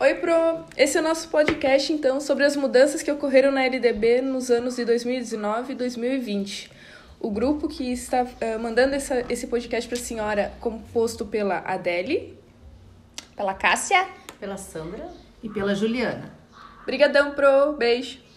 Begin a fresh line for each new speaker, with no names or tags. Oi, Pro! Esse é o nosso podcast, então, sobre as mudanças que ocorreram na LDB nos anos de 2019 e 2020. O grupo que está eh, mandando essa- esse podcast para a senhora, composto pela Adele.
Pela Cássia?
Pela Sandra e pela Juliana.
Brigadão, Pro! Beijo!